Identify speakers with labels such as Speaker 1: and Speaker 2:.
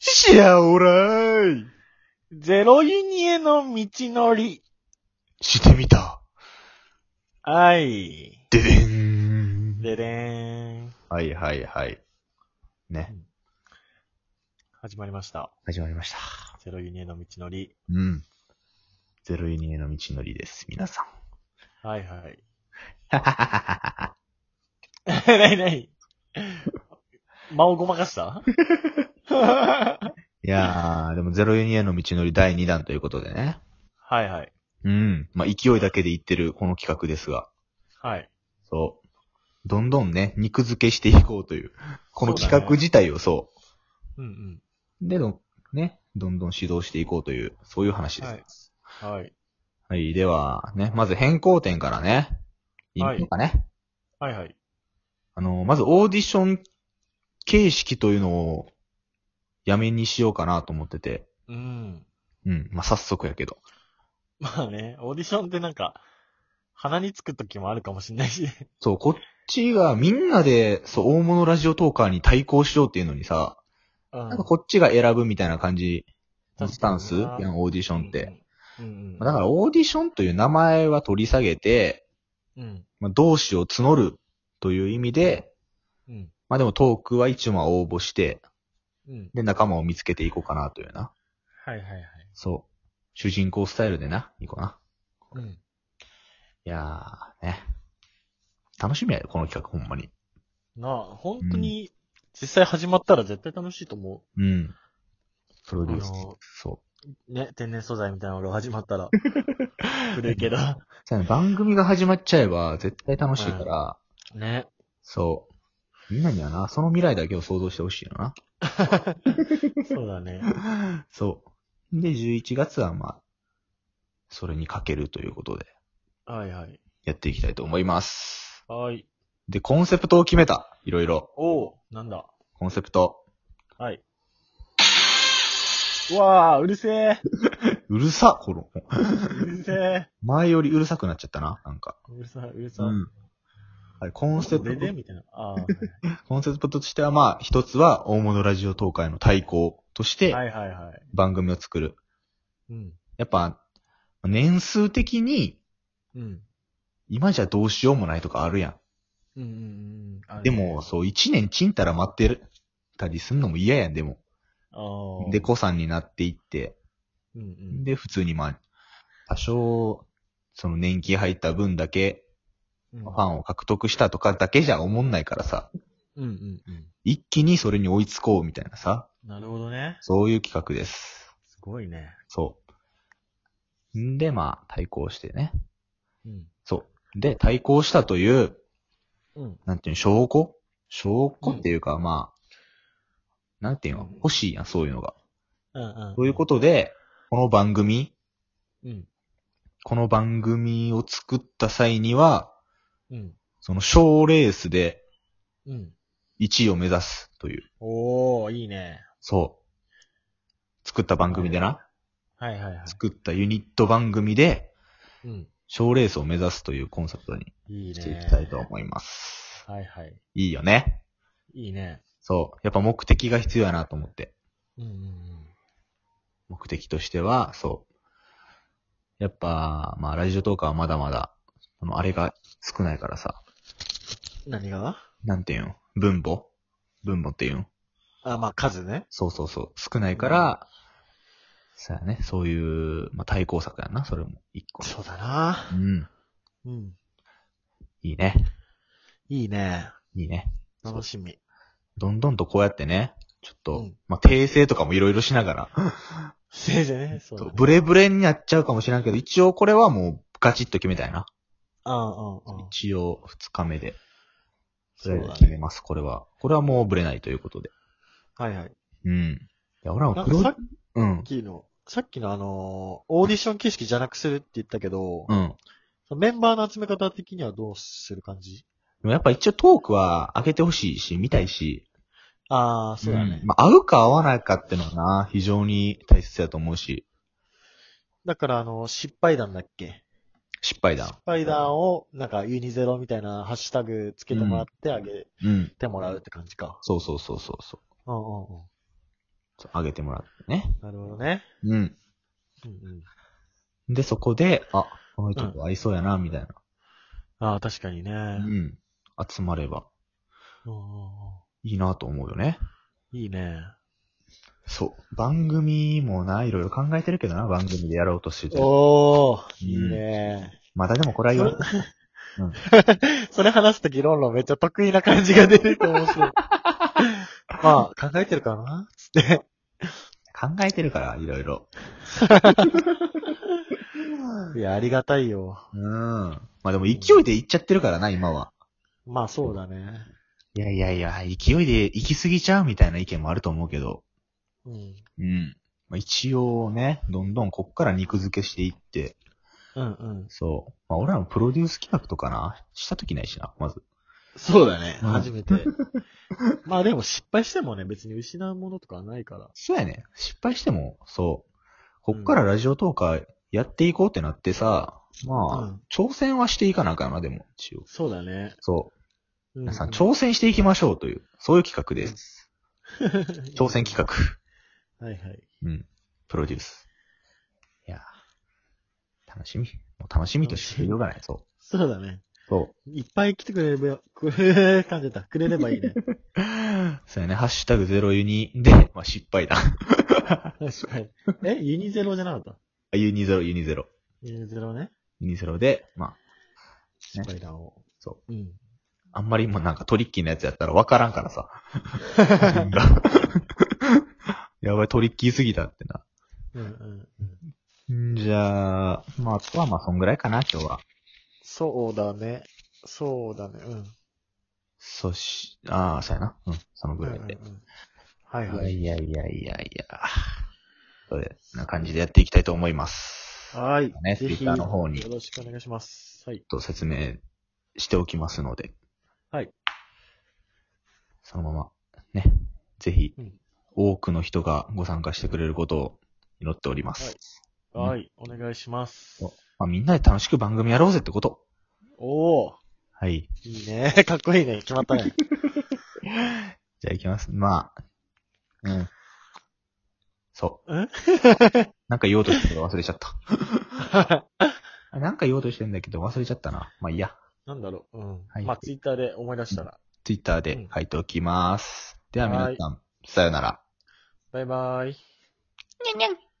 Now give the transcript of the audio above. Speaker 1: シャオラーイ
Speaker 2: ゼロユニへの道のり。
Speaker 1: してみた。
Speaker 2: はい。
Speaker 1: ででん。
Speaker 2: ででーん。
Speaker 1: はいはいはい。ね。
Speaker 2: 始まりました。
Speaker 1: 始まりました。
Speaker 2: ゼロユニへの道のり。
Speaker 1: うん。ゼロユニへの道のりです、皆 さん。
Speaker 2: はいはい。
Speaker 1: はははは
Speaker 2: ないない。間をごまかした はい
Speaker 1: やー、でもゼロユニへの道のり第2弾ということでね。
Speaker 2: いはい。
Speaker 1: うん。まあ、勢いだけで言ってるこの企画ですが。
Speaker 2: はい。
Speaker 1: そう。どんどんね、肉付けしていこうという。この企画自体をそう。
Speaker 2: うんうん。
Speaker 1: で、どね、どんどん指導していこうという、そういう話です。
Speaker 2: は
Speaker 1: はい
Speaker 2: い。はい。
Speaker 1: では、ね、まず変更点からね、いいのかね。
Speaker 2: はいはい。
Speaker 1: あの、まずオーディション形式というのを、やめにしようかなと思ってて。
Speaker 2: うん。
Speaker 1: うん。まあ、早速やけど。
Speaker 2: まあね、オーディションってなんか、鼻につく時もあるかもしれないし。
Speaker 1: そう、こっちがみんなで、そう、大物ラジオトーカーに対抗しようっていうのにさ、
Speaker 2: うん
Speaker 1: なんかこっちが選ぶみたいな感じのスタンス
Speaker 2: 確かに
Speaker 1: や、
Speaker 2: なん
Speaker 1: オーディションって。。
Speaker 2: うんうん。
Speaker 1: まあだからオーディションという名前は取り下げて、
Speaker 2: うん。
Speaker 1: まあ、同志を募るという意味で、
Speaker 2: うん。
Speaker 1: まあでもトークは一応まあ応募して、
Speaker 2: うん。
Speaker 1: で仲間を見つけていこうかなというな。
Speaker 2: はいはいはい。
Speaker 1: そう。主人公スタイルでな、いこうな。
Speaker 2: うん。
Speaker 1: いやー、ね。楽しみやよ、この企画、ほんまに。
Speaker 2: なあ、本当に、実際始まったら絶対楽しいと思
Speaker 1: うん。プロデュー
Speaker 2: あ
Speaker 1: ス
Speaker 2: の。。
Speaker 1: そう
Speaker 2: ね、天然素材みたいなのが始 まったら。古いけど。
Speaker 1: う。じゃあね、番組が始まっちゃえば、絶対楽しいから、
Speaker 2: ね。
Speaker 1: そう。みんなにはな、その未来だけを想像してほしいよな。
Speaker 2: そうだね。
Speaker 1: そう。で、11月はまあ、それにかけるということで、
Speaker 2: はいはい。
Speaker 1: やっていきたいと思います。
Speaker 2: はい。
Speaker 1: で、コンセプトを決めた。いろいろ。
Speaker 2: おう、なんだ。
Speaker 1: コンセプト。
Speaker 2: はい。うわあ、うるせえ。
Speaker 1: うるさ、この。
Speaker 2: うるせえ。
Speaker 1: 前よりうるさくなっちゃったな、なんか。
Speaker 2: うるさい、うる
Speaker 1: う
Speaker 2: さい。
Speaker 1: ん。はい、コンセ
Speaker 2: これ
Speaker 1: プ
Speaker 2: で
Speaker 1: ト、
Speaker 2: みたいな。あ
Speaker 1: コンセプトとしては、まあ、一つは、大物ラジオ東海の対抗とし
Speaker 2: あ。は
Speaker 1: て、
Speaker 2: いはいはい。
Speaker 1: 番組を作る。
Speaker 2: うん。
Speaker 1: やっぱ、年数的に、
Speaker 2: うん。
Speaker 1: 今じゃどうしようもないとかあるや
Speaker 2: うんうんうんあ
Speaker 1: ん。で
Speaker 2: れ。
Speaker 1: も、そう、一年ちんたら待ってる、たりすんのも嫌やん、でも。
Speaker 2: ああ。
Speaker 1: で、子さんになっていって、
Speaker 2: うんうん。
Speaker 1: で、普通にまあ、多少、その年季入った分だけ、
Speaker 2: うん
Speaker 1: ファンを獲得したとかだけじゃ思んないからさ、
Speaker 2: うんうんうん。
Speaker 1: 一気にそれに追いつこうみたいなさ、
Speaker 2: なるほどね。
Speaker 1: そういう企画です。
Speaker 2: すごいね。
Speaker 1: そう。んで、まあ、対抗してね。
Speaker 2: うん。
Speaker 1: そう。で、対抗したという、
Speaker 2: うん。
Speaker 1: なんていうの、証拠証拠っていうか、まあ、なんていうの、欲しいやん、そういうのが。
Speaker 2: うんうん。
Speaker 1: ということで、この番組、
Speaker 2: うん。
Speaker 1: この番組を作った際には、
Speaker 2: うん。
Speaker 1: その賞レースで
Speaker 2: うん。
Speaker 1: 1位を目指すという、
Speaker 2: おー、いいね。
Speaker 1: そう。作った番組でな。
Speaker 2: はいはいはい。
Speaker 1: 作ったユニット番組で、
Speaker 2: うん。
Speaker 1: 賞レースを目指すというコンセプトに
Speaker 2: いいね。
Speaker 1: していきたいと思います。
Speaker 2: はいはい。
Speaker 1: いいよね。
Speaker 2: いいね。
Speaker 1: そう。やっぱ目的が必要やなと思って。
Speaker 2: うんうん
Speaker 1: 目的としては、そう。やっぱ、まあ、ラジオトーカーはまだまだ、あの、あれが少ないからさ。
Speaker 2: うん。何が
Speaker 1: なんていうん分母分母っていうん
Speaker 2: あ、まあ、数ね。
Speaker 1: そうそうそう。少ないから、さあね、そういう、まあ、対抗策やな、それも。一個。
Speaker 2: そうだ
Speaker 1: う
Speaker 2: な。
Speaker 1: ん。
Speaker 2: うん。
Speaker 1: いいね。
Speaker 2: いいね。
Speaker 1: いいね。
Speaker 2: 楽しみ。
Speaker 1: どんどんとこうやってね、ちょっと、
Speaker 2: うん
Speaker 1: まあ、訂正とかもいろいろしながら、
Speaker 2: せいぜね。そうだね。
Speaker 1: ブレブレになっちゃうかもしれないけど、一応これはもうガチッと決めたいな。
Speaker 2: うんうんうん。
Speaker 1: 一応二日目で。と
Speaker 2: そ
Speaker 1: りあえ
Speaker 2: う
Speaker 1: ず
Speaker 2: だ
Speaker 1: 決
Speaker 2: ね。
Speaker 1: めます、これは。これはもうブレないということで。
Speaker 2: はいはい。
Speaker 1: うん。いや、俺は
Speaker 2: な
Speaker 1: プロ
Speaker 2: んかさっ
Speaker 1: うん。
Speaker 2: きの、さっきのあのー、オーディション形式じゃなくするって言ったけど、
Speaker 1: うん。
Speaker 2: メンバーの集め方的にはどうする感じ
Speaker 1: でもやっぱ一応トークは上げてほしいし、見たいし。
Speaker 2: ああ、そうだね
Speaker 1: ん。まあ、合うか合わないかってのはな、非常に大切だと思うし、
Speaker 2: だから、あの、失敗談だっけ
Speaker 1: 失敗
Speaker 2: 失
Speaker 1: だ。
Speaker 2: 敗談を、なんか、ユニゼロみたいなハッシュタグつけてもらってあげ
Speaker 1: うん。
Speaker 2: てもらうって感じか。
Speaker 1: そうそうそうそうそう。
Speaker 2: うんうんうん。
Speaker 1: そう上げてもらってね。
Speaker 2: なるほどね。
Speaker 1: うん。
Speaker 2: うんうん。
Speaker 1: で、そこで、あ、こういうとこ合いそうやな、みたいな。
Speaker 2: ああ、確かにね。
Speaker 1: うん。集まれば
Speaker 2: うんうん
Speaker 1: いいなと思うよね。
Speaker 2: うんいいね。
Speaker 1: そう。番組もな、いろいろ考えてるけどな、番組でやろうとしてて。
Speaker 2: おー、
Speaker 1: うん
Speaker 2: いいね。
Speaker 1: まだでもこれは言わない
Speaker 2: それ話すとき論論めっちゃ得意な感じが出てて面 白い。まあ、考えてるかなつって。
Speaker 1: 考えてるから、いろいろ。
Speaker 2: いや、ありがたいよ。
Speaker 1: うん。まあでも勢いで行っちゃってるからな、今は。
Speaker 2: まあ、そうだね。
Speaker 1: いやいやいや、勢いで行き過ぎちゃうみたいな意見もあると思うけど。
Speaker 2: うん。
Speaker 1: うん。まあ、一応ね、どんどんこっから肉付けしていって。
Speaker 2: うんうん。
Speaker 1: そう。まあ俺らのプロデュース企画とかな、した時ないしな、まず。
Speaker 2: そうだね。
Speaker 1: うん
Speaker 2: 初めて。 まあでも失敗してもね、別に失うものとかはないから。
Speaker 1: そうやね。失敗しても、そう。こっからラジオトーカーやっていこうってなってさ、まあ、
Speaker 2: うん
Speaker 1: 挑戦はしていかなあかんな、でも、一応。
Speaker 2: そうだね。
Speaker 1: そう。
Speaker 2: う
Speaker 1: 皆さん、
Speaker 2: ょ、
Speaker 1: 挑戦していきましょうという、そういう企画 です。挑戦企画。
Speaker 2: 画。はいはい。
Speaker 1: うん。プロデュース。いやー楽しみ。もう楽しみとしか言いようがない。そう。
Speaker 2: そうだね。
Speaker 1: そう。
Speaker 2: いっぱい来てくれれば、くれ、感じた。くれればいいね。
Speaker 1: そうやね。ハッシュタグゼロユニで、まあ失敗だ。
Speaker 2: 確かに。え、ユニゼロじゃなかった
Speaker 1: ユニゼロ、ユニゼロ。
Speaker 2: ユニゼロね。
Speaker 1: ユニゼロで、まあ、
Speaker 2: 失敗談を。。
Speaker 1: そう
Speaker 2: うん。
Speaker 1: あんまりもうなんかトリッキーなやつやったらわからんからさ。やばい、トリッキーすぎたってな。
Speaker 2: うんうんうん。
Speaker 1: んじゃあ、まあ、あとはまあ、そんぐらいかな、今日は。
Speaker 2: そうだね。そうだね。うん。
Speaker 1: そし、ああ、そうやな。うん、そのぐらいで。
Speaker 2: うんうんうんはい
Speaker 1: い
Speaker 2: は
Speaker 1: や
Speaker 2: い。
Speaker 1: いやいやいやいや。それな感じでやっていきたいと思います。
Speaker 2: はい。
Speaker 1: ね
Speaker 2: ぜひ、
Speaker 1: Twitter の方に
Speaker 2: よろしくお願いします。はい。
Speaker 1: と説明しておきますので。
Speaker 2: はい。
Speaker 1: そのまま、ね、ぜひ
Speaker 2: うん、
Speaker 1: 多くの人がご参加してくれることを祈っております。
Speaker 2: はいはい。お願いします。
Speaker 1: まあ、みんなで楽しく番組やろうぜってこと。
Speaker 2: おー。
Speaker 1: はい。
Speaker 2: いいね。 かっこいいね。決まっ たね。
Speaker 1: じゃあ行きます。まあ。うん。そう。
Speaker 2: ん
Speaker 1: なんか言おうとしたけど忘れちゃった。あなんか言おうとしてんだけど忘れちゃったな。まあいいや。
Speaker 2: なんだろう。うん。
Speaker 1: はい
Speaker 2: まあ、ツイッターで思い出したら。
Speaker 1: ツイッター
Speaker 2: う
Speaker 1: で
Speaker 2: ん
Speaker 1: 書いておきます。では皆
Speaker 2: はい
Speaker 1: さん、さよなら。
Speaker 2: バイバイ。
Speaker 3: Nhanh nhanh